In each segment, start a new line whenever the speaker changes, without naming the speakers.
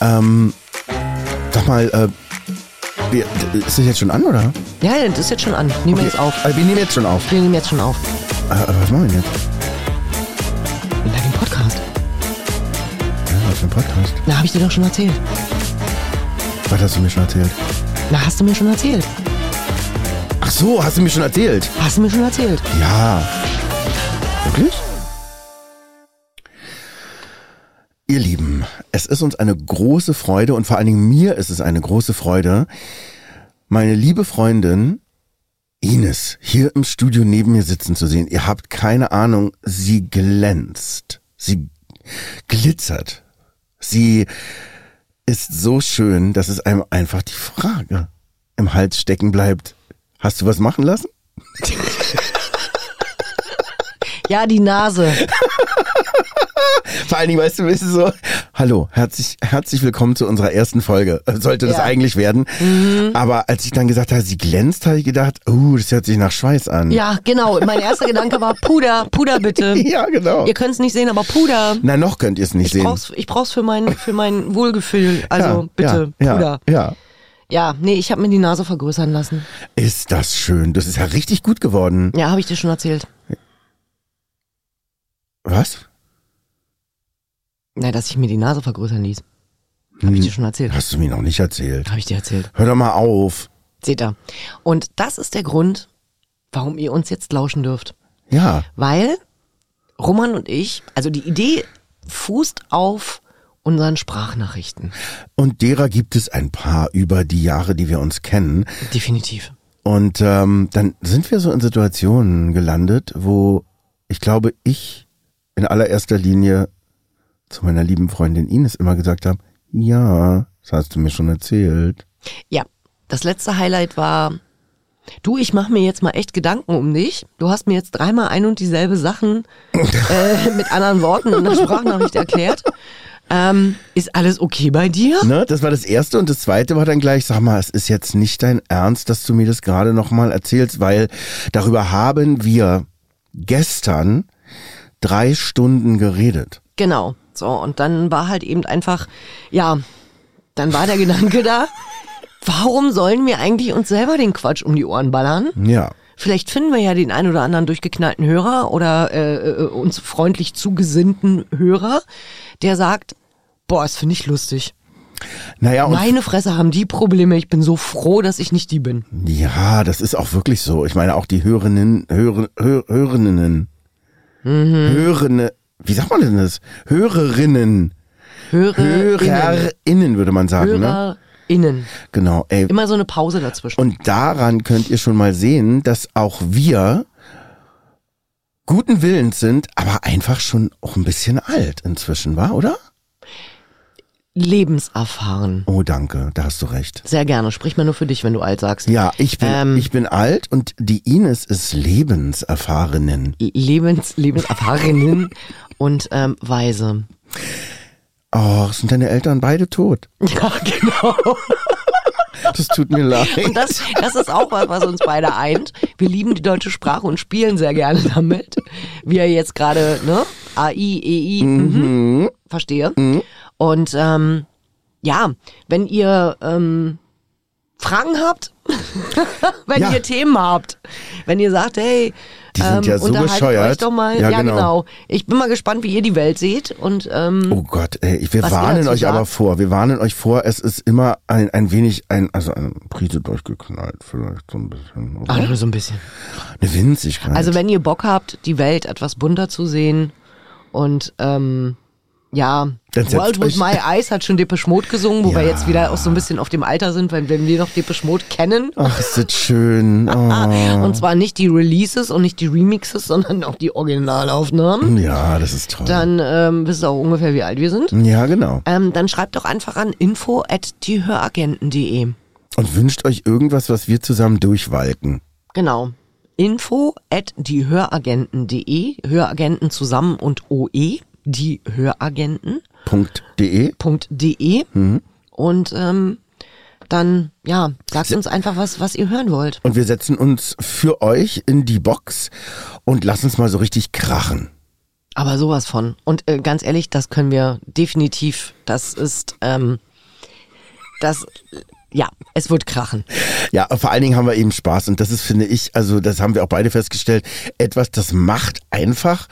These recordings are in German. Ähm, sag mal, äh, wir, ist das jetzt schon an, oder?
Ja, ja, das ist jetzt schon an. Nehmen wir
Okay.
jetzt auf.
Äh, wir nehmen jetzt schon auf.
Wir nehmen jetzt schon auf.
Äh, aber was machen wir denn jetzt?
Na, den Podcast.
Ja, was für ein Podcast?
Na, habe ich dir doch schon erzählt.
Was hast du mir schon erzählt?
Na, hast du mir schon erzählt.
Ach so, hast du mir schon erzählt?
Hast du mir schon erzählt.
Ja. Wirklich? Ihr Lieben, es ist uns eine große Freude und vor allen Dingen mir ist es eine große Freude, meine liebe Freundin Ines hier im Studio neben mir sitzen zu sehen. Ihr habt keine Ahnung, sie glänzt. Sie glitzert. Sie ist so schön, dass es einem einfach die Frage im Hals stecken bleibt. Hast du was machen lassen?
Ja, die Nase.
Vor allen Dingen, weißt du, bist du so, hallo, herzlich, herzlich willkommen zu unserer ersten Folge. Äh, Sollte das
Ja. Mhm.
eigentlich werden. Aber als ich dann gesagt habe, sie glänzt, habe ich gedacht, uh, das hört sich nach Schweiß an.
Ja, genau. Mein erster Gedanke war Puder. Puder bitte.
Ja, genau.
Ihr könnt es nicht sehen, aber Puder.
Na, noch könnt ihr es nicht
Ich
sehen.
brauch's, ich brauch's für mein, für mein Wohlgefühl. Also
ja,
bitte,
ja,
Puder.
Ja, ja.
Ja, nee, ich habe mir die Nase vergrößern lassen.
Ist das schön. Das ist ja richtig gut geworden.
Ja, habe ich dir schon erzählt.
Was?
Na, dass ich mir die Nase vergrößern ließ. Habe
Hm.
ich dir schon erzählt.
Hast du mir noch nicht erzählt.
Habe ich dir erzählt.
Hör doch mal auf.
Seht ihr. Und das ist der Grund, warum ihr uns jetzt lauschen dürft.
Ja,
Weil Roman und ich, also die Idee fußt auf unseren Sprachnachrichten.
und derer gibt es ein paar über die Jahre, die wir uns kennen.
Definitiv.
Und ähm, dann sind wir so in Situationen gelandet, wo ich glaube, ich in allererster Linie zu meiner lieben Freundin Ines immer gesagt habe, ja, das hast du mir schon erzählt.
Ja, das letzte Highlight war, du, ich mache mir jetzt mal echt Gedanken um dich. Du hast mir jetzt dreimal ein und dieselbe Sachen äh, mit anderen Worten in der Sprachnachricht erklärt. Ähm, ist alles okay bei dir?
Ne, das war das Erste und das Zweite war dann gleich, sag mal, es ist jetzt nicht dein Ernst, dass du mir das gerade nochmal erzählst, weil darüber haben wir gestern drei Stunden geredet.
Genau. So, und dann war halt eben einfach, ja, dann war der Gedanke da, warum sollen wir eigentlich uns selber den Quatsch um die Ohren ballern?
Ja.
Vielleicht finden wir ja den ein oder anderen durchgeknallten Hörer oder äh, äh, uns freundlich zugesinnten Hörer, der sagt, boah, das finde ich lustig.
Naja, und
Meine Fresse haben die Probleme, ich bin so froh, dass ich nicht die bin.
Ja, das ist auch wirklich so. Ich meine, auch die Hörerinnen, Hörer, Hör, Hörerinnen, Hörende, wie sagt man denn das? Hörerinnen,
Hörer,
Hörerinnen würde man sagen, ne?
HörerInnen.
Genau, ey.
Immer so eine Pause dazwischen.
Und daran könnt ihr schon mal sehen, dass auch wir guten Willens sind, aber einfach schon auch ein bisschen alt inzwischen, war, oder?
Lebenserfahren.
Oh, danke, da hast du recht.
Sehr gerne. Sprich mal nur für dich, wenn du alt sagst.
Ja, ich bin,
Ähm.
ich bin alt und die Ines ist Lebenserfahrenen.
Lebens, Lebenserfahrenen und ähm, Weise.
Oh, sind deine Eltern beide tot?
Ja, genau.
Das tut mir leid.
Das, das ist auch was, was uns beide eint. Wir lieben die deutsche Sprache und spielen sehr gerne damit. Wir jetzt gerade, ne? AI, EI, mhm. verstehe.
Mhm.
Und ähm, ja, wenn ihr ähm, Fragen habt, wenn
Ja.
ihr Themen habt, wenn ihr sagt, hey,
Die sind
ähm,
ja so
unterhaltet
bescheuert.
euch doch mal.
Ja,
Ja,
genau.
genau. Ich bin mal gespannt, wie ihr die Welt seht und ähm,
Oh Gott, ey, ich- wir
Was ihr
warnen
dazu
euch aber
sagt.
vor. Wir warnen euch vor, es ist immer ein, ein wenig, ein, also eine Prise durchgeknallt, vielleicht so Oh, ein bisschen. oder?
ah, nur so ein bisschen.
Eine Winzigkeit.
Also wenn ihr Bock habt, die Welt etwas bunter zu sehen und ähm, ja,
Dann setzt
World
euch-
with My Eyes hat schon Depeche Mode gesungen, wo wir
Ja.
jetzt wieder auch so ein bisschen auf dem Alter sind, weil wenn wir noch Depeche Mode kennen.
Ach, ist das schön. Oh.
Und zwar nicht die Releases und nicht die Remixes, sondern auch die Originalaufnahmen.
Ja, das ist toll.
Dann ähm, wisst ihr auch ungefähr, wie alt wir sind.
ja, genau.
Ähm, dann schreibt doch einfach an info at diehöragenten.de.
Und wünscht euch irgendwas, was wir zusammen durchwalken.
Genau. Info at diehöragenten.de. Höragenten zusammen und OE. Die Höragenten.
Punkt. E. De.
www.de E. und ähm, dann ja, sagt uns einfach was, was ihr hören wollt.
Und wir setzen uns für euch in die Box und lassen es mal so richtig krachen.
Aber sowas von. Und äh, ganz ehrlich, das können wir definitiv. Das ist ähm, das, äh, ja, es wird krachen.
Ja, vor allen Dingen haben wir eben Spaß und das ist, finde ich, also das haben wir auch beide festgestellt, etwas, das macht einfach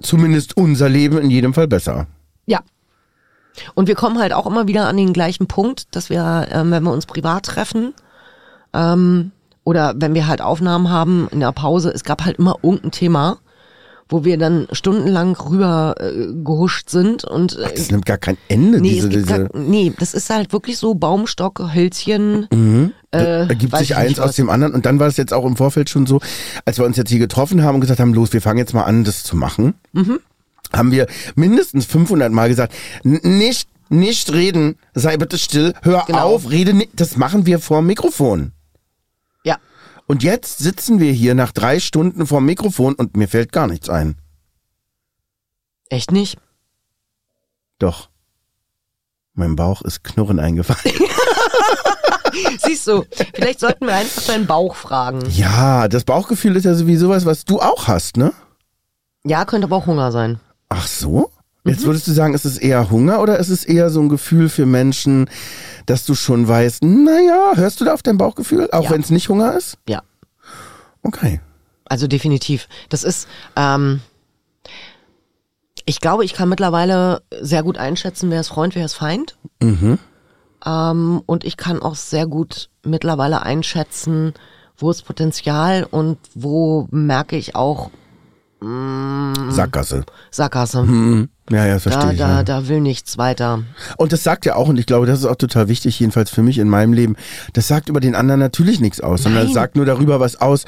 zumindest unser Leben in jedem Fall besser.
Ja. Und wir kommen halt auch immer wieder an den gleichen Punkt, dass wir, ähm, wenn wir uns privat treffen, ähm, oder wenn wir halt Aufnahmen haben in der Pause, es gab halt immer irgendein Thema, wo wir dann stundenlang rüber äh, gehuscht sind und äh,
Das nimmt gar kein Ende,
nee,
diese,
es gibt
diese
gar, nee, das ist halt wirklich so Baumstock, Hölzchen, äh,
Mhm. ergibt
weiß
sich
ich nicht
eins aus
was.
dem anderen. Und dann war es jetzt auch im Vorfeld schon so, als wir uns jetzt hier getroffen haben und gesagt haben, los, wir fangen jetzt mal an, das zu machen,
Mhm.
haben wir mindestens 500 Mal gesagt, "N- nicht, nicht reden, sei bitte still, hör
Genau.
auf, rede nicht. Das machen wir vor Mikrofon.
Ja,
Und jetzt sitzen wir hier nach drei Stunden vor Mikrofon und mir fällt gar nichts ein.
echt nicht.
Doch. Mein Bauch ist knurren eingefallen.
Siehst du, vielleicht sollten wir einfach deinen Bauch fragen.
ja, das Bauchgefühl ist ja sowieso was, was du auch hast, ne?
Ja, könnte aber auch Hunger sein.
Ach so?
Mhm.
Jetzt würdest du sagen, ist es eher Hunger oder ist es eher so ein Gefühl für Menschen, dass du schon weißt, naja, hörst du da auf dein Bauchgefühl, auch
Ja.
wenn es nicht Hunger ist?
Ja,
Okay.
also definitiv. Das ist, ähm, ich glaube, ich kann mittlerweile sehr gut einschätzen, wer ist Freund, wer ist Feind.
Mhm.
Ähm, und ich kann auch sehr gut mittlerweile einschätzen, wo ist Potenzial und wo merke ich auch mm,
Sackgasse. Mhm.
Sackgasse.
Ja, ja, Hm, verstehe
Mhm. Da,
ich.
da,
ja.
da will nichts weiter.
Und das sagt ja auch, und ich glaube, das ist auch total wichtig, jedenfalls für mich in meinem Leben, das sagt über den anderen natürlich nichts aus, sondern es
Nein.
sagt nur darüber was aus,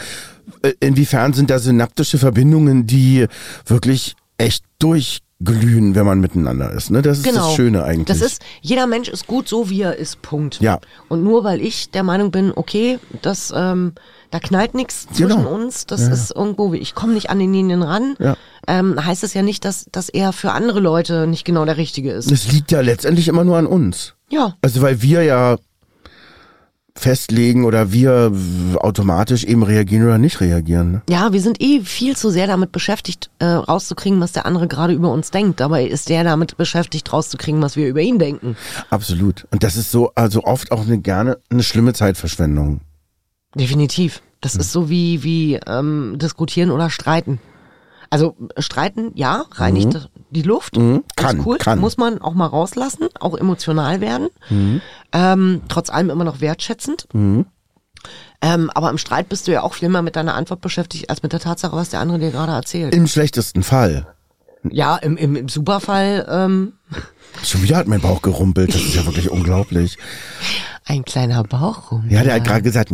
äh, inwiefern sind da synaptische Verbindungen, die wirklich echt durchglühen, wenn man miteinander ist. Ne? Das ist
Genau.
das Schöne eigentlich.
Das ist, jeder Mensch ist gut so, wie er ist, Punkt.
Ja.
Und nur weil ich der Meinung bin, okay, das, ähm, da knallt nichts
Genau.
zwischen uns, das ist irgendwo, ich komme nicht an denjenigen ran,
Ja.
ähm, heißt es ja nicht, dass, dass er für andere Leute nicht genau der Richtige ist.
Das liegt ja letztendlich immer nur an uns.
Ja,
Also weil wir ja festlegen oder wir w- automatisch eben reagieren oder nicht reagieren. Ne?
ja, wir sind eh viel zu sehr damit beschäftigt, äh, rauszukriegen, was der andere gerade über uns denkt. Dabei ist der damit beschäftigt, rauszukriegen, was wir über ihn denken.
Absolut. Und das ist so, also oft auch eine gerne eine schlimme Zeitverschwendung.
Definitiv. Das ist
Hm.
so wie, wie ähm, diskutieren oder streiten. Also äh, streiten, ja, reinigt das- die Luft. Alles
Hm. Kann,
cool.
kann.
Muss man auch mal rauslassen, auch emotional werden.
Hm.
Ähm, trotz allem immer noch wertschätzend. Ähm, aber im Streit bist du ja auch viel mehr mit deiner Antwort beschäftigt, als mit der Tatsache, was der andere dir gerade erzählt.
Im schlechtesten Fall.
ja, im, im, im Superfall ähm,
Schon wieder hat mein Bauch gerumpelt. Das ist ja wirklich unglaublich.
ein kleiner Bauch rum.
Ja, der hat gerade gesagt,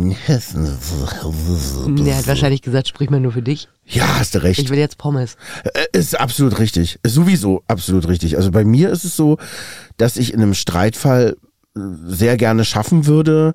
der hat wahrscheinlich gesagt, sprich mal nur für dich.
ja, hast du recht.
Ich will jetzt Pommes.
Äh, Ist absolut richtig. Ist sowieso absolut richtig. Also bei mir ist es so, dass ich in einem Streitfall äh, sehr gerne schaffen würde,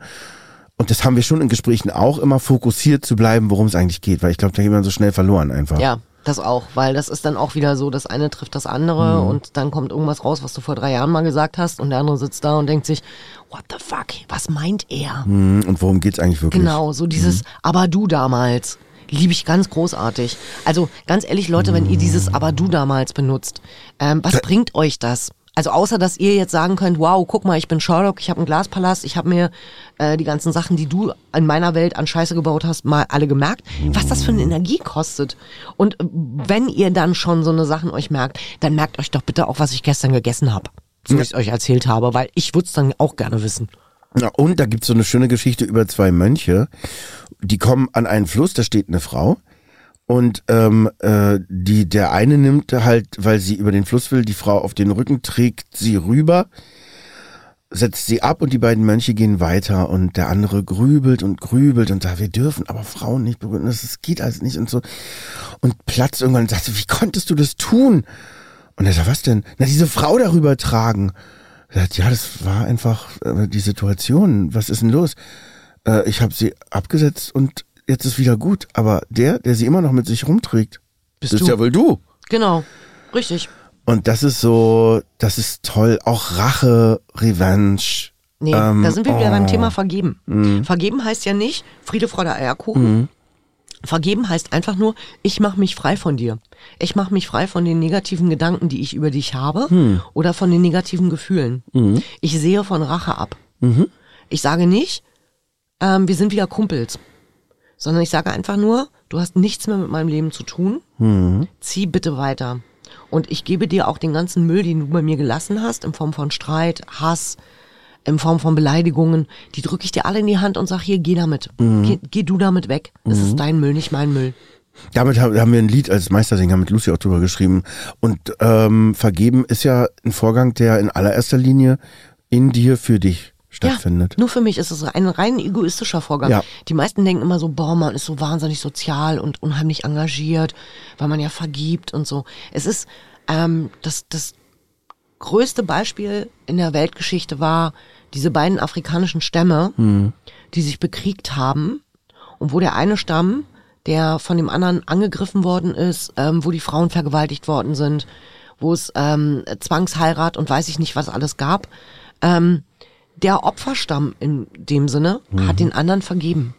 und das haben wir schon in Gesprächen auch immer fokussiert zu bleiben, worum es eigentlich geht, weil ich glaube, da geht man so schnell verloren einfach.
Ja, das auch, weil das ist dann auch wieder so, das eine trifft das andere und dann kommt irgendwas raus, was du vor drei Jahren mal gesagt hast und der andere sitzt da und denkt sich, what the fuck, was meint er?
Hm, Und worum geht's eigentlich wirklich?
Genau, so dieses, aber du damals. Liebe ich ganz großartig. Also ganz ehrlich, Leute, wenn ihr dieses Aber du damals benutzt, ähm, was bringt euch das? Also außer, dass ihr jetzt sagen könnt, wow, guck mal, ich bin Sherlock, ich habe einen Glaspalast, ich habe mir äh, die ganzen Sachen, die du in meiner Welt an Scheiße gebaut hast, mal alle gemerkt, was das für eine Energie kostet. Und äh, wenn ihr dann schon so eine Sachen euch merkt, dann merkt euch doch bitte auch, was ich gestern gegessen habe, so ich es euch erzählt habe, weil ich würde es dann auch gerne wissen.
Na, und da gibt's so eine schöne Geschichte über zwei Mönche, die kommen an einen Fluss, da steht eine Frau. Und ähm, äh, die, der eine nimmt halt, weil sie über den Fluss will, die Frau auf den Rücken, trägt sie rüber, setzt sie ab und die beiden Mönche gehen weiter und der andere grübelt und grübelt und sagt, wir dürfen aber Frauen nicht berühren, das, das geht alles nicht und so. Und platzt irgendwann und sagt, so, wie konntest du das tun? Und er sagt, was denn? Na, diese Frau darüber tragen. Er sagt, ja, das war einfach äh, die Situation. Was ist denn los? Äh, ich habe sie abgesetzt und jetzt ist wieder gut. Aber der, der sie immer noch mit sich rumträgt,
Bist
bist
du.
ja wohl du.
Genau, richtig.
Und das ist so, das ist toll. Auch Rache, Revenge.
Nee,
Ähm,
da sind wir wieder
oh. Mhm.
beim Thema vergeben. Vergeben heißt ja nicht Friede, Freude, Eierkuchen. Vergeben heißt einfach nur, ich mache mich frei von dir. Ich mache mich frei von den negativen
Hm. Mhm.
Gedanken, die ich über dich habe oder von den negativen Gefühlen. Ich sehe von Rache ab. Ich sage nicht, ähm, wir sind wieder Kumpels, sondern ich sage einfach nur, du hast nichts mehr mit meinem Leben zu tun. Zieh bitte weiter. Und ich gebe dir auch den ganzen Müll, den du bei mir gelassen hast, in Form von Streit, Hass, in Form von Beleidigungen, die drücke ich dir alle in die Hand und sage, hier, geh damit. Geh, geh du damit weg. Es ist dein Müll, nicht mein Müll.
Damit ha- haben wir ein Lied als Meistersinger mit Lucy auch drüber geschrieben. Und ähm, vergeben ist ja ein Vorgang, der in allererster Linie in dir für dich stattfindet.
Ja, nur für mich ist es ein rein egoistischer Vorgang.
Ja.
Die meisten denken immer so, boah, man ist so wahnsinnig sozial und unheimlich engagiert, weil man ja vergibt und so. Es ist ähm, das, das größte Beispiel in der Weltgeschichte war diese beiden afrikanischen Stämme,
Mhm.
die sich bekriegt haben und wo der eine Stamm, der von dem anderen angegriffen worden ist, ähm, wo die Frauen vergewaltigt worden sind, wo es ähm, Zwangsheirat und weiß ich nicht was alles gab, ähm, der Opferstamm in dem Sinne
Mhm.
hat den anderen vergeben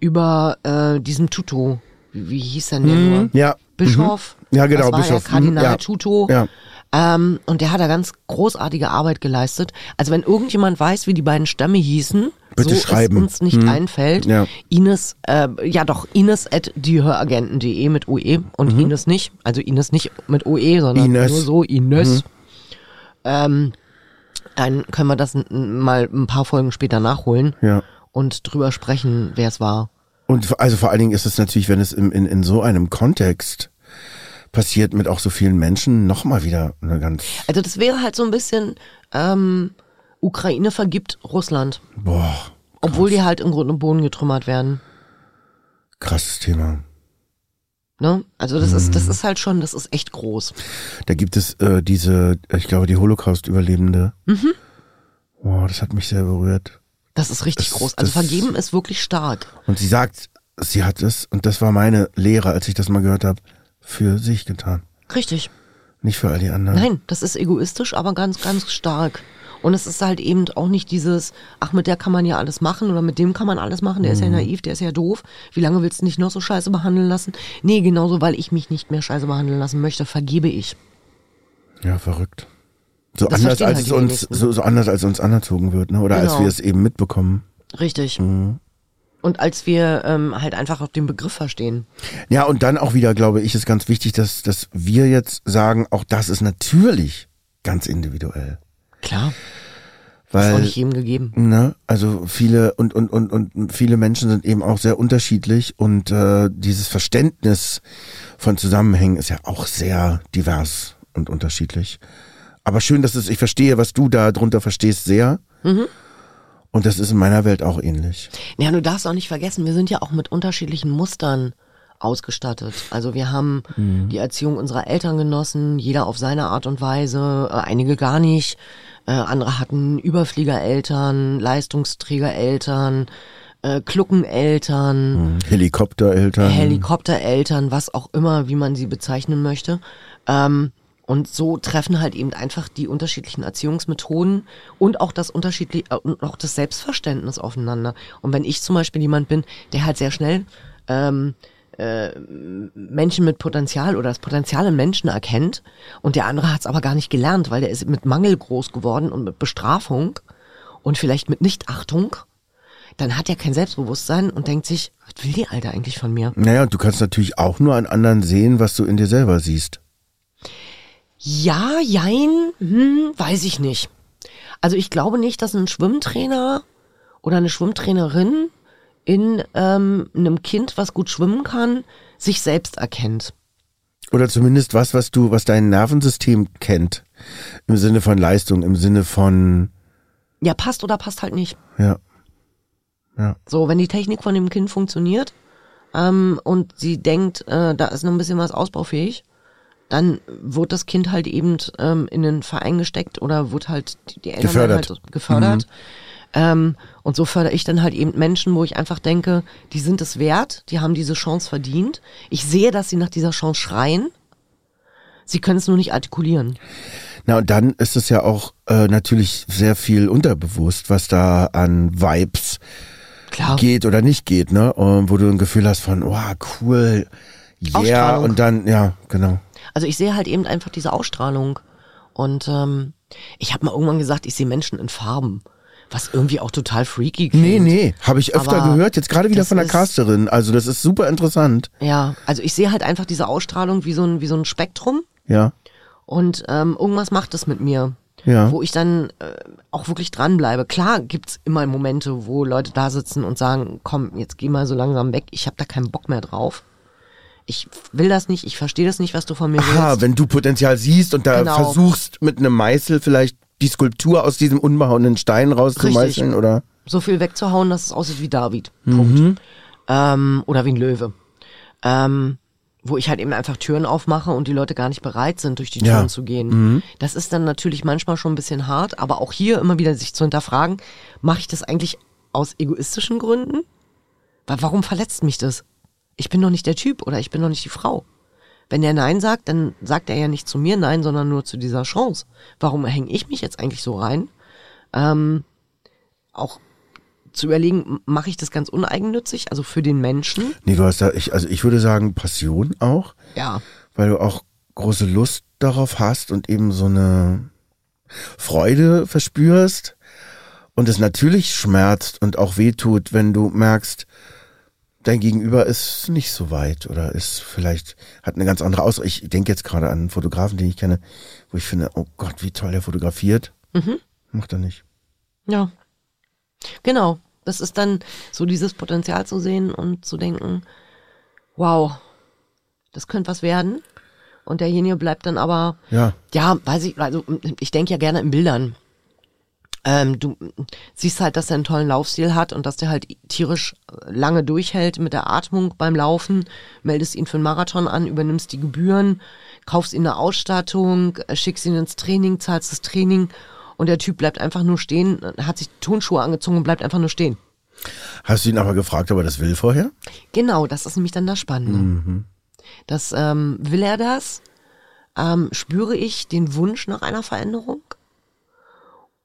über äh, diesem Tutu, wie, wie hieß denn der nur?
Mhm. Ja.
Bischof.
Ja, genau,
das war
Bischof.
Der Kardinal
Ja.
Tutu.
Ja.
Ähm, und der hat da ganz großartige Arbeit geleistet. Also wenn irgendjemand weiß, wie die beiden Stämme hießen,
Bitte
so
schreiben. Mhm.
es uns nicht einfällt,
Ja.
Ines, äh, ja doch, ines at diehöragenten.de mit OE und Ines nicht, also Ines nicht mit OE, sondern
Mhm. Ines. Mhm.
nur so Ines. Ähm, dann können wir das n- n- mal ein paar Folgen später nachholen
Ja.
und drüber sprechen, wer es war.
Und v- also vor allen Dingen ist es natürlich, wenn es in, in, in so einem Kontext passiert mit auch so vielen Menschen, nochmal wieder eine ganz.
Also das wäre halt so ein bisschen ähm, Ukraine vergibt Russland,
Boah,
obwohl die halt im Grund und Boden getrümmert werden.
krasses Thema.
Ne? Also das ist, das
Mhm.
ist halt schon, das ist echt groß.
Da gibt es äh, diese, ich glaube, die Holocaust-Überlebende. Mhm. Boah, das hat mich sehr berührt.
Das ist richtig
Das-
groß. Also
das-
vergeben ist wirklich stark.
Und sie sagt, sie hat es, und das war meine Lehre, als ich das mal gehört habe, für sich getan.
Richtig.
Nicht für all die anderen.
Nein, das ist egoistisch, aber ganz, ganz stark. Und es ist halt eben auch nicht dieses, ach, mit der kann man ja alles machen oder mit dem kann man alles machen, der ist ja naiv, der ist ja doof. Wie lange willst du dich noch so scheiße behandeln lassen? Nee, genauso, weil ich mich nicht mehr scheiße behandeln lassen möchte, vergebe ich.
Ja, verrückt. So
Das
anders,
verstehen
als
halt
es
die
uns,
wenigsten.
so, so anders, als uns anerzogen wird, ne? Oder als
Genau.
wir es eben mitbekommen.
Richtig. Und als wir ähm, halt einfach auch den Begriff verstehen.
Ja, und dann auch wieder, glaube ich, ist ganz wichtig, dass, dass wir jetzt sagen, auch das ist natürlich ganz individuell.
Klar, ist auch
Weil,
nicht jedem gegeben.
ne, also viele und, und, und, und viele Menschen sind eben auch sehr unterschiedlich und äh, dieses Verständnis von Zusammenhängen ist ja auch sehr divers und unterschiedlich. Aber schön, dass es, ich verstehe, was du da drunter verstehst, sehr. Und das ist in meiner Welt auch ähnlich.
Ja, du darfst auch nicht vergessen, wir sind ja auch mit unterschiedlichen Mustern ausgestattet. Also wir haben die Erziehung unserer Eltern genossen, jeder auf seine Art und Weise, äh, einige gar nicht. Äh, andere hatten Überfliegereltern, Leistungsträgereltern, äh, Kluckeneltern.
Hm. Helikoptereltern.
Helikoptereltern, was auch immer, wie man sie bezeichnen möchte. Ähm, und so treffen halt eben einfach die unterschiedlichen Erziehungsmethoden und auch das unterschiedliche äh, und auch das Selbstverständnis aufeinander. Und wenn ich zum Beispiel jemand bin, der halt sehr schnell ähm, äh, Menschen mit Potenzial oder das Potenzial in Menschen erkennt und der andere hat es aber gar nicht gelernt, weil der ist mit Mangel groß geworden und mit Bestrafung und vielleicht mit Nichtachtung, dann hat er kein Selbstbewusstsein und denkt sich, was will die Alter eigentlich von mir?
Naja, und du kannst natürlich auch nur an anderen sehen, was du in dir selber siehst.
Ja, jein, hm, weiß ich nicht. Also ich glaube nicht, dass ein Schwimmtrainer oder eine Schwimmtrainerin in ähm, einem Kind, was gut schwimmen kann, sich selbst erkennt.
Oder zumindest was, was du, was dein Nervensystem kennt. Im Sinne von Leistung, im Sinne von,
Ja, passt oder passt halt nicht.
ja. Ja.
So, wenn die Technik von dem Kind funktioniert ähm, und sie denkt, äh, da ist noch ein bisschen was ausbaufähig, dann wird das Kind halt eben ähm, in den Verein gesteckt oder wird halt die, die Eltern werden
Gefördert.
halt gefördert. Ähm, und so fördere ich dann halt eben Menschen, wo ich einfach denke, die sind es wert, die haben diese Chance verdient. Ich sehe, dass sie nach dieser Chance schreien. Sie können es nur nicht artikulieren.
Na, und dann ist es ja auch äh, natürlich sehr viel unterbewusst, was da an Vibes
Klar.
geht oder nicht geht, ne? Und wo du ein Gefühl hast von, wow, cool, yeah,
Ausstrahlung.
und dann, ja, genau.
Also ich sehe halt eben einfach diese Ausstrahlung. Und ähm, ich habe mal irgendwann gesagt, ich sehe Menschen in Farben. Was irgendwie auch total freaky klingt.
Nee, nee, habe ich öfter
Aber
gehört, jetzt gerade wieder
das
von der
ist-
Casterin. Also das ist super interessant.
Ja, also ich sehe halt einfach diese Ausstrahlung wie so ein, wie so ein Spektrum
Ja,
und ähm, irgendwas macht es mit mir.
ja.
Wo ich dann äh, auch wirklich dranbleibe. Klar gibt's immer Momente, wo Leute da sitzen und sagen, komm, jetzt geh mal so langsam weg, ich habe da keinen Bock mehr drauf. Ich will das nicht, ich verstehe das nicht, was du von mir
Aha,
willst.
wenn du Potenzial siehst und da
Genau.
versuchst mit einem Meißel vielleicht die Skulptur aus diesem unbehauenen Stein rauszumeißeln oder
So viel wegzuhauen, dass es aussieht wie David. Punkt. Ähm, oder wie ein Löwe. Ähm, wo ich halt eben einfach Türen aufmache und die Leute gar nicht bereit sind, durch die Türen
Ja.
zu gehen. Das ist dann natürlich manchmal schon ein bisschen hart, aber auch hier immer wieder sich zu hinterfragen, mache ich das eigentlich aus egoistischen Gründen? Weil warum verletzt mich das? Ich bin doch nicht der Typ oder ich bin doch nicht die Frau. Wenn der Nein sagt, dann sagt er ja nicht zu mir Nein, sondern nur zu dieser Chance. Warum hänge ich mich jetzt eigentlich so rein? Ähm, auch zu überlegen, mache ich das ganz uneigennützig, also für den Menschen?
Nee, du hast da ich also ich würde sagen Passion auch,
Ja.
weil du auch große Lust darauf hast und eben so eine Freude verspürst und es natürlich schmerzt und auch wehtut, wenn du merkst, dein Gegenüber ist nicht so weit oder ist vielleicht, hat eine ganz andere Aus. Ich denke jetzt gerade an einen Fotografen, den ich kenne, wo ich finde, oh Gott, wie toll der fotografiert. Macht er nicht.
Ja. Genau. Das ist dann so dieses Potenzial zu sehen und zu denken, wow, das könnte was werden. Und derjenige bleibt dann aber,
Ja.
ja, weiß ich, also ich denke ja gerne in Bildern. Ähm, du siehst halt, dass er einen tollen Laufstil hat und dass der halt tierisch lange durchhält mit der Atmung beim Laufen, meldest ihn für einen Marathon an, übernimmst die Gebühren, kaufst ihm eine Ausstattung, äh, schickst ihn ins Training, zahlst das Training und der Typ bleibt einfach nur stehen, hat sich Tonschuhe angezogen und bleibt einfach nur stehen.
Hast du ihn aber gefragt, ob er das will vorher?
Genau, das ist nämlich dann das Spannende. Das ähm, will er das? Ähm, spüre ich den Wunsch nach einer Veränderung?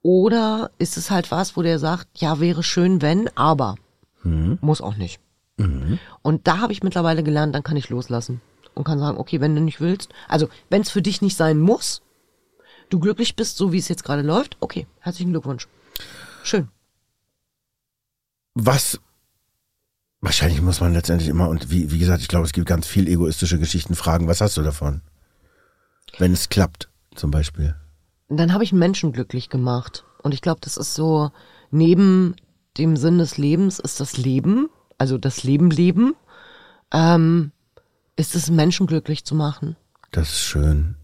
Oder ist es halt was, wo der sagt, ja, wäre schön, wenn, aber muss auch nicht. Und da habe ich mittlerweile gelernt, dann kann ich loslassen und kann sagen, okay, wenn du nicht willst, also wenn es für dich nicht sein muss, du glücklich bist, so wie es jetzt gerade läuft, okay, herzlichen Glückwunsch. Schön.
was wahrscheinlich muss man letztendlich immer und wie, wie gesagt, ich glaube, es gibt ganz viel egoistische Geschichten fragen, was hast du davon? Wenn es klappt, zum Beispiel.
Und dann habe ich einen Menschen glücklich gemacht. Und ich glaube, das ist so, neben dem Sinn des Lebens ist das Leben, also das Leben leben, ähm, ist es, Menschen glücklich zu machen.
Das ist schön.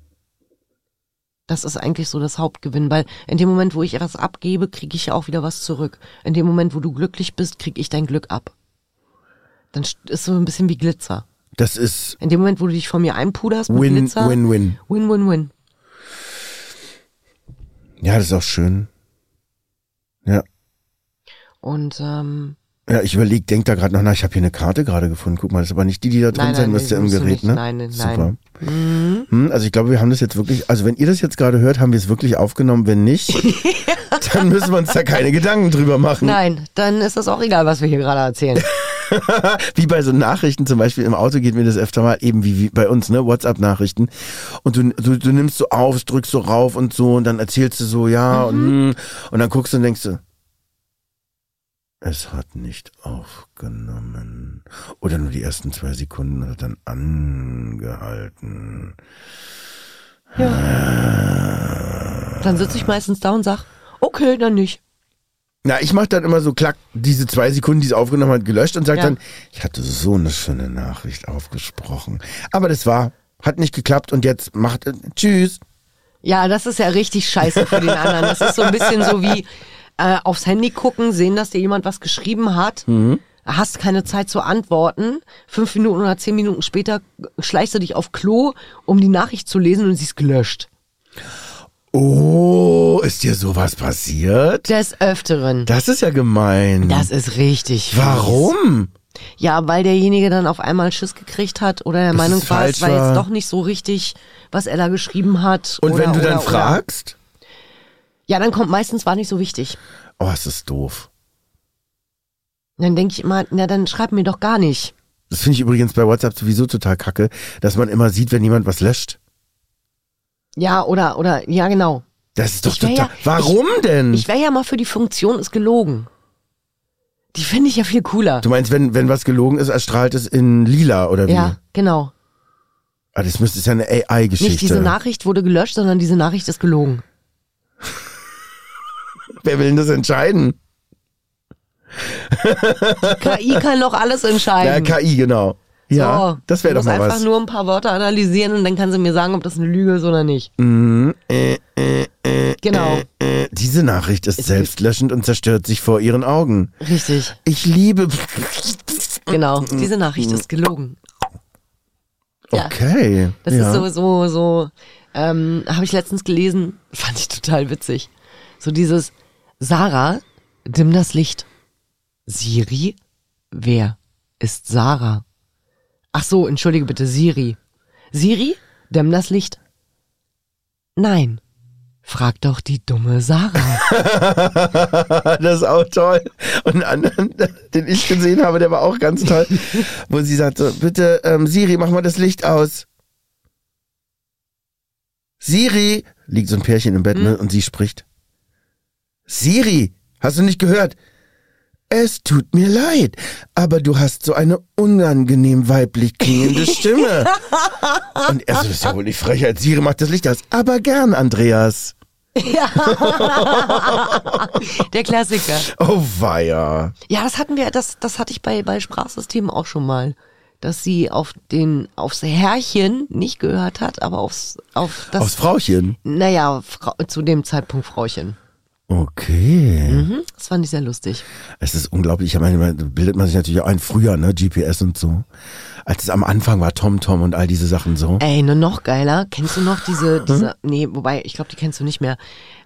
Das ist eigentlich so das Hauptgewinn, weil in dem Moment, wo ich etwas abgebe, kriege ich ja auch wieder was zurück. In dem Moment, wo du glücklich bist, kriege ich dein Glück ab. Dann st- ist so ein bisschen wie Glitzer.
Das ist
In dem Moment, wo du dich von mir einpuderst mit
win,
Glitzer,
win, win.
win, win, win.
Ja, das ist auch schön. Ja.
Und ähm,
Ja, ich überlege, denk da gerade noch nach, ich habe hier eine Karte gerade gefunden. Guck mal, das ist aber nicht die, die da drin
Nein,
sein
nein,
müsste
nee,
im
musst du
Gerät,
nicht.
ne?
Nein, nein, Mhm.
Super. Hm, also ich glaube, wir haben das jetzt wirklich, also wenn ihr das jetzt gerade hört, haben wir es wirklich aufgenommen. Wenn nicht, dann müssen wir uns da keine Gedanken drüber machen.
nein, dann ist das auch egal, was wir hier gerade erzählen.
wie bei so Nachrichten zum Beispiel im Auto geht mir das öfter mal eben wie, wie bei uns, ne, WhatsApp-Nachrichten. Und du, du, du nimmst so auf, drückst so rauf und so und dann erzählst du so, ja, und, hm, und dann guckst du und denkst du, es hat nicht aufgenommen. Oder nur die ersten zwei Sekunden hat dann angehalten.
Dann sitze ich meistens da und sag, okay, dann nicht.
Na, ich mache dann immer so, klack, diese zwei Sekunden, die es aufgenommen hat, gelöscht und sage
Ja.
dann, ich hatte so eine schöne Nachricht aufgesprochen. Aber das war, hat nicht geklappt und jetzt macht, tschüss.
Ja, das ist ja richtig scheiße für den anderen. Das ist so ein bisschen so wie äh, aufs Handy gucken, sehen, dass dir jemand was geschrieben hat.
Mhm.
Hast keine Zeit zu antworten. Fünf Minuten oder zehn Minuten später schleichst du dich auf Klo, um die Nachricht zu lesen und sie ist gelöscht.
Oh, ist dir sowas passiert?
Des Öfteren.
Das ist ja gemein.
Das ist richtig. fies.
Warum?
Ja, weil derjenige dann auf einmal Schiss gekriegt hat oder der
Dass
Meinung
es
war,
falsch
es war
war.
jetzt doch nicht so richtig, was er da geschrieben hat.
Und
oder,
wenn du
oder,
dann
oder.
fragst,
Ja, dann kommt meistens war nicht so wichtig.
oh, es ist doof.
Und Dann denke ich immer, na dann schreib mir doch gar nicht.
Das finde ich übrigens bei WhatsApp sowieso total kacke, dass man immer sieht, wenn jemand was löscht.
Ja, oder, oder, ja, genau.
Das ist doch
Ich wär
total.
ja-
Warum denn?
Ich wäre ja mal für die Funktion ist gelogen. Die finde ich ja viel cooler.
du meinst, wenn, wenn was gelogen ist, erstrahlt es in lila oder wie?
Ja, genau.
Ah, das müsste ist ja eine AI-Geschichte.
Nicht diese Nachricht wurde gelöscht, sondern diese Nachricht ist gelogen.
Wer will denn das entscheiden?
KI kann doch alles
Ja,
entscheiden.
KI, genau. Ja,
So,
das wäre
ich
doch
muss
mal
einfach
was.
nur ein paar Wörter analysieren und dann kann sie mir sagen, ob das eine Lüge ist oder nicht. genau,
Mhm. Äh, diese Nachricht ist selbstlöschend und zerstört sich vor ihren Augen.
richtig.
Ich liebe.
Genau.
Mhm.
Diese Nachricht ist gelogen. Ja.
Okay.
Das
ja.
ist so, so, so, ähm, habe ich letztens gelesen, fand ich total witzig. So dieses, Sarah, dimm das Licht. Siri? Wer ist Sarah? Ach so, entschuldige bitte, Siri. Siri, dimm das Licht. Nein. Frag doch die dumme Sarah.
Das ist auch toll. Und einen anderen, den ich gesehen habe, der war auch ganz toll, wo sie sagte, bitte ähm, Siri, mach mal das Licht aus. Siri, liegt so ein Pärchen im Bett ne, und sie spricht. Siri, hast du nicht gehört? Es tut mir leid, aber du hast so eine unangenehm weiblich klingende Stimme. und er so, das ist ja wohl nicht Frechheit. Siri macht das Licht aus. Aber gern, Andreas.
Der Klassiker.
Oh weia.
Ja, das hatten wir, das, das hatte ich bei, bei Sprachsystemen auch schon mal. Dass sie auf den, aufs Herrchen nicht gehört hat, aber aufs, auf das,
Aufs Frauchen.
naja, Frau, zu dem Zeitpunkt Frauchen.
Okay.
Mhm. Das fand ich sehr lustig.
Es ist unglaublich. Ich meine, man- bildet man sich natürlich auch ein früher, ne? GPS und so. Als es am Anfang war, TomTom und all diese Sachen so.
Ey, nur noch geiler. Kennst du noch
Mhm.
diese, diese, nee, wobei, ich glaube, die kennst du nicht mehr.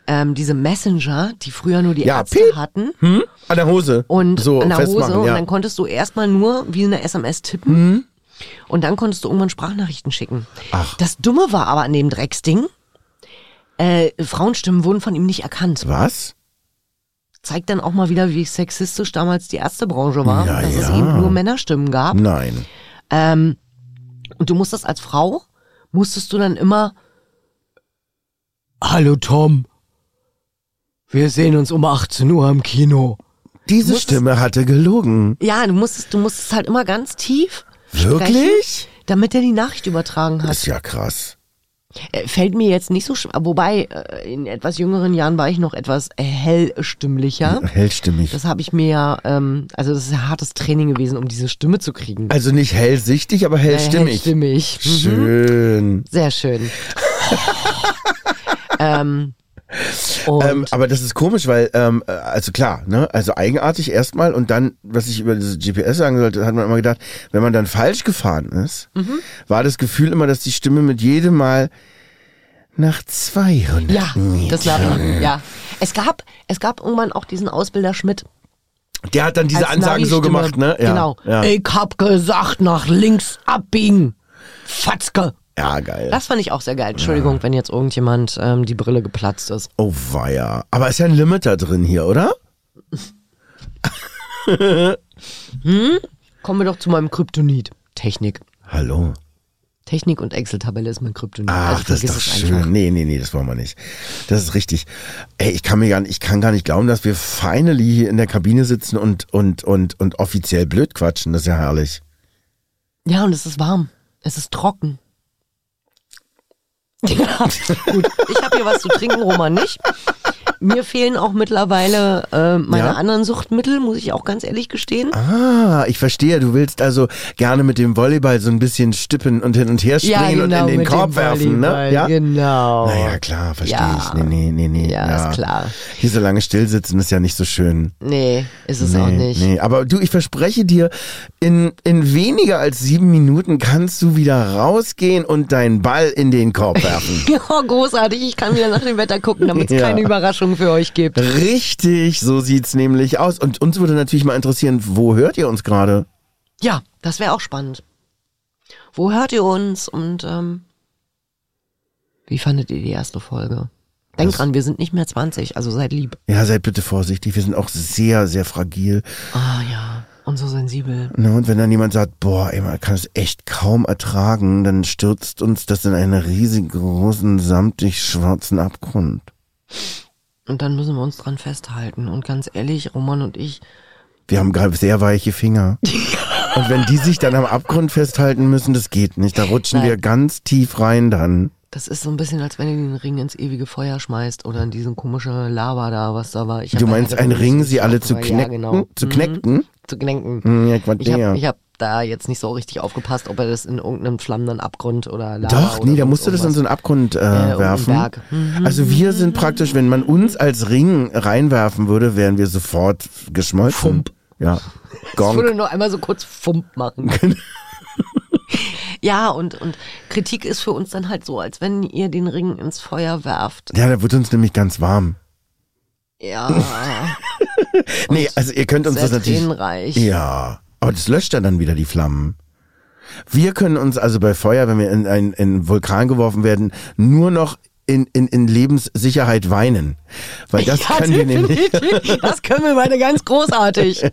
Ähm, diese Messenger, die früher nur die
Ja,
Ärzte
piep.
hatten.
Hm? An der Hose.
und
so
an der
festmachen,
Hose und
ja. Hm?
dann konntest du erstmal nur wie eine SMS tippen und dann konntest du irgendwann Sprachnachrichten schicken.
Ach.
Das Dumme war aber an dem Drecksding, äh, Frauenstimmen wurden von ihm nicht erkannt.
Was?
Zeigt dann auch mal wieder, wie sexistisch damals die Ärztebranche war,
Ja,
dass es
ja.
eben nur Männerstimmen gab.
Nein.
Ähm, und du musstest als Frau, musstest du dann immer Hallo Tom, wir sehen uns um 18 Uhr am Kino.
Diese
Muss-
Stimme hatte gelogen.
Ja, du musstest, du musstest halt immer ganz tief sprechen,
Wirklich?
damit er die Nachricht übertragen hat.
Ist ja krass.
Äh, Fällt mir jetzt nicht so schwer, wobei äh, in etwas jüngeren Jahren war ich noch etwas hellstimmlicher.
Hellstimmig.
Das habe ich mir ja, ähm, also das ist ein hartes Training gewesen, um diese Stimme zu kriegen.
Also nicht hellsichtig, aber
Äh,
hellstimmig.
Hellstimmig. Mhm.
Schön.
Sehr schön. ähm, und
Ähm, aber das ist komisch, weil, ähm, äh, also klar, ne? Also eigenartig erstmal und dann, was ich über dieses GPS sagen sollte, hat man immer gedacht, wenn man dann falsch gefahren ist,
Mhm.
war das Gefühl immer, dass die Stimme mit jedem Mal nach 200
ja,
Metern.
das glaube ich. Ja. Es gab, es gab irgendwann auch diesen Ausbilder Schmidt.
Der hat dann diese
als
Ansagen so
Navi-Stimme.
gemacht, ne? Ja,
genau.
Ja,
Ich hab gesagt, nach links abbiegen. Fatzke.
ja geil.
Das fand ich auch sehr geil. Entschuldigung, wenn jetzt irgendjemand ähm, die Brille geplatzt ist.
oh weia. Aber ist ja ein Limiter drin hier, oder?
Kommen wir doch zu meinem Kryptonit. Technik.
Hallo.
Technik und Excel-Tabelle ist mein Kryptonit.
Ach,
also
das ist
vergiss
doch
es
schön.
einfach.
Nee, nee, nee, das wollen wir nicht. Das ist richtig. Ey, ich kann mir gar nicht, ich kann gar nicht glauben, dass wir finally hier in der Kabine sitzen und, und, und, und offiziell blöd quatschen. Das ist ja herrlich.
Ja, und es ist warm. Es ist trocken. Ja, gut. Ich habe hier was zu trinken, Roman nicht. Mir fehlen auch mittlerweile äh, meine
Ja?
anderen Suchtmittel, muss ich auch ganz ehrlich gestehen.
Ah, ich verstehe. Du willst also gerne mit dem Volleyball so ein bisschen stippen und hin und her springen und in den
genau, mit
Korb
dem
werfen, ne?
Volleyball,
Ja.
Genau.
Naja, klar, verstehe
Ja.
ich. Nee, nee, nee, nee.
Ja, ist klar.
Hier so lange stillsitzen ist ja nicht so schön.
Nee, ist es auch nicht.
Nee, aber du, ich verspreche dir, in, in weniger als sieben Minuten kannst du wieder rausgehen und deinen Ball in den Korb werfen.
Ja, großartig. Ich kann wieder nach dem Wetter gucken, damit es
Ja.
keine Überraschung für euch gibt.
Richtig, so sieht's nämlich aus. Und uns würde natürlich mal interessieren, wo hört ihr uns gerade?
Ja, das wäre auch spannend. Wo hört ihr uns und ähm, wie fandet ihr die erste Folge? Denkt dran, wir sind nicht mehr 20, also seid lieb.
Ja, seid bitte vorsichtig. Wir sind auch sehr, sehr fragil.
Ah ja, und so sensibel.
Ne? Und wenn dann jemand sagt, boah, ey, man kann es echt kaum ertragen, dann stürzt uns das in einen riesengroßen, samtig schwarzen Abgrund.
Und dann müssen wir uns dran festhalten. Und ganz ehrlich, Roman und ich,
Wir haben gerade sehr weiche Finger. Und wenn die sich dann am Abgrund festhalten müssen, das geht nicht. Da rutschen
Nein.
wir ganz tief rein dann.
das ist so ein bisschen, als wenn du den Ring ins ewige Feuer schmeißt oder in diesen komischen Lava da, was da war. Ich hab
Du
da
meinst
leider
einen
keine
Ring,
Lust
sie alle
drauf,
zu
aber
knecken?
Ja, genau.
Zu
Mhm.
knecken?
Zu knecken.
Hm, Ja, Quatsch,
Ich habe
ja.
ich hab da jetzt nicht so richtig aufgepasst, ob er das in irgendeinem flammenden Abgrund oder Lava
Doch,
oder
nee, da
sonst
musst du das in so
irgendwas.
einen Abgrund äh,
irgendein
werfen.
Berg. Mhm.
Also wir sind praktisch, wenn man uns als Ring reinwerfen würde, wären wir sofort geschmolzen.
Fump.
Ja.
Ich
Gong. Genau.
würde nur einmal so kurz Fump machen. ja, und, und Kritik ist für uns dann halt so, als wenn ihr den Ring ins Feuer werft.
Ja, da wird uns nämlich ganz warm.
Ja,
Nee, also ihr könnt uns
sehr
das natürlich.
tränenreich.
Ja. Aber das löscht ja dann wieder die Flammen. Wir können uns also bei Feuer, wenn wir in einen in einen Vulkan geworfen werden, nur noch in, in, in Lebenssicherheit weinen. Weil das
ja,
können wir nämlich.
definitiv. Das können wir beide ganz großartig.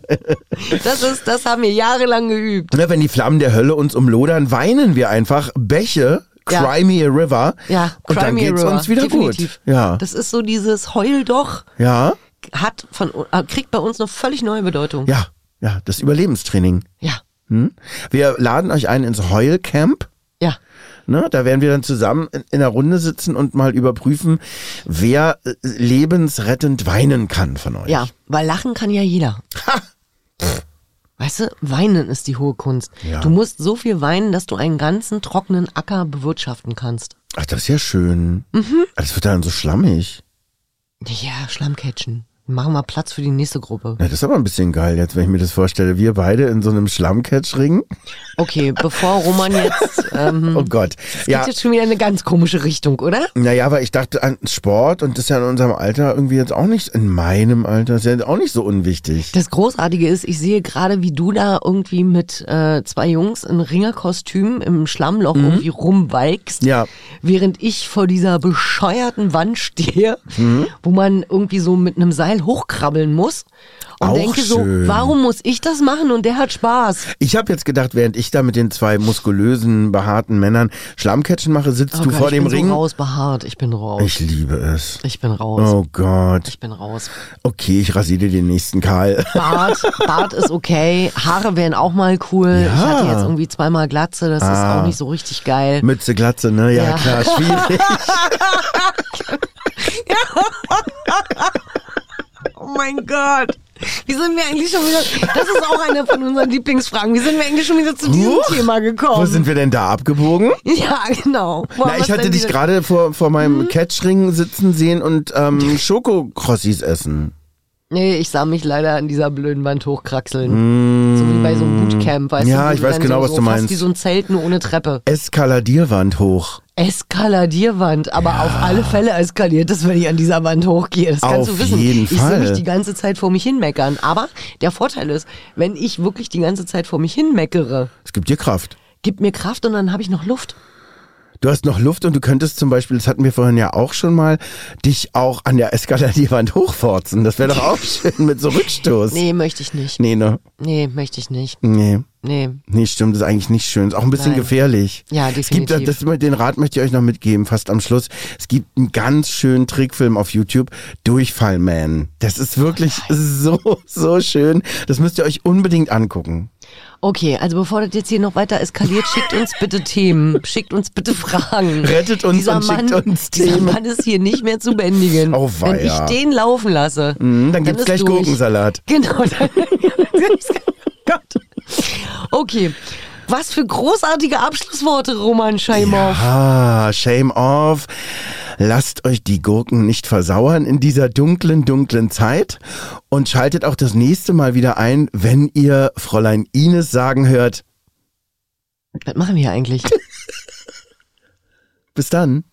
Das ist, das haben wir jahrelang geübt.
Ne, wenn die Flammen der Hölle uns umlodern, weinen wir einfach Bäche,
Ja.
Cry Me a River.
Ja,
und
Cry
dann
Me a
geht's
River.
uns wieder
definitiv.
gut. Ja.
Das ist so dieses Heul doch,
ja,
hat von, äh, kriegt bei uns eine völlig neue Bedeutung.
ja, ja, das Überlebenstraining.
Ja,
Hm? Wir laden euch ein ins Heulcamp.
ja.
Ne, da werden wir dann zusammen in, in einer Runde sitzen und mal überprüfen, wer äh, lebensrettend weinen kann von euch.
Ja, weil lachen kann ja jeder.
Ha!
Weißt du, weinen ist die hohe Kunst.
Ja.
Du musst so viel weinen, dass du einen ganzen trockenen Acker bewirtschaften kannst.
Ach, das ist ja schön.
Mhm.
Das wird dann so schlammig.
Ja, Schlammcatchen. Machen wir Platz für die nächste Gruppe.
Ja, das ist aber ein bisschen geil jetzt, wenn ich mir das vorstelle. Wir beide in so einem Schlammcatch-Ring.
Mhm. Okay, bevor Roman jetzt. Ähm,
Oh Gott.
Geht jetzt schon wieder in eine ganz komische Richtung, oder?
Naja, aber ich dachte an Sport und das ist ja in unserem Alter irgendwie jetzt auch nicht, in meinem Alter, ist ja auch nicht so unwichtig.
Das Großartige ist, ich sehe gerade, wie du da irgendwie mit äh, zwei Jungs in Ringerkostüm im Schlammloch irgendwie rumwalkst,
Mhm. Ja.
während ich vor dieser bescheuerten Wand stehe,
Mhm.
wo man irgendwie so mit einem Seil hochkrabbeln muss und
Auch
denke
schön.
so, warum muss ich das machen und der hat Spaß?
Ich habe jetzt gedacht, während ich da mit den zwei muskulösen, behaarten Männern Schlammcatchen mache, sitzt
Oh
du
Gott,
vor
ich
dem
bin
Ring.
So raus behaart, ich bin raus. Ich,
Ich liebe es.
bin raus.
Oh Gott.
Ich bin raus.
Okay, ich rasiere den nächsten Karl.
Bart, Bart ist okay. Haare wären auch mal cool. Ich
Ja.
hatte jetzt irgendwie zweimal Glatze, das
Ah.
ist auch nicht so richtig geil.
Mütze, Glatze, ne? Ja,
Ja.
klar, schwierig.
Oh mein Gott. Wie sind wir eigentlich schon wieder, das ist auch eine von unseren Lieblingsfragen, wie sind wir eigentlich schon wieder zu diesem
Huch.
Thema
Wo
gekommen?
sind wir denn da abgebogen?
ja, genau. Wo haben
Na,
wir's
ich hatte
denn Hm?
dich
wieder-
gerade vor, vor meinem Catchring sitzen sehen und ähm, Schokokrossis essen.
Nee, ich sah mich leider an dieser blöden Wand hochkraxeln. So wie bei so einem Bootcamp, weißt du?
Mm. Ja,
wo
ich
du
weiß
dann
genau,
so,
was
so
du
fast
meinst.
wie so ein Zelt nur ohne Treppe.
Eskaladierwand hoch.
Eskaladierwand, aber auf alle Fälle eskaliert es, wenn ich an dieser Wand hochgehe. Das kannst
Auf
du wissen.
jeden
ich
Fall.
sehe mich die ganze Zeit vor mich hinmeckern. Aber der Vorteil ist, wenn ich wirklich die ganze Zeit vor mich hinmeckere,
Es gibt dir Kraft.
gibt mir Kraft und dann habe ich noch Luft.
Du hast noch Luft und du könntest zum Beispiel, das hatten wir vorhin ja auch schon mal, dich auch an der Eskaladierwand hochforzen. Das wäre doch auch schön mit so Rückstoß.
Nee, möchte ich nicht.
Nee, ne?
Nee, möchte ich nicht.
Nee.
Nee.
Nee, stimmt, das ist eigentlich nicht schön. Ist auch ein bisschen
Nein.
gefährlich.
Ja,
Es
definitiv.
gibt, das, den Rat möchte ich euch noch mitgeben, fast am Schluss. Es gibt einen ganz schönen Trickfilm auf YouTube, Durchfall Man. Das ist wirklich so, so schön. Das müsst ihr euch unbedingt angucken.
Okay, also bevor das jetzt hier noch weiter eskaliert, schickt uns bitte Themen, schickt uns bitte Fragen.
Rettet uns
dieser
und
Mann,
schickt uns
dieser
Themen.
Mann ist hier nicht mehr zu bändigen.
Oh, weia. Mm.
Wenn ich den laufen lasse,
Mhm, dann gibt's
ist
gleich
durch.
Gurkensalat.
Genau. Dann, Gott. Okay. Was für großartige Abschlussworte, Roman Scheimow.
Ah, shame off. Lasst euch die Gurken nicht versauern in dieser dunklen, dunklen Zeit und schaltet auch das nächste Mal wieder ein, wenn ihr Fräulein Ines sagen hört.
Was machen wir hier eigentlich?
Bis dann.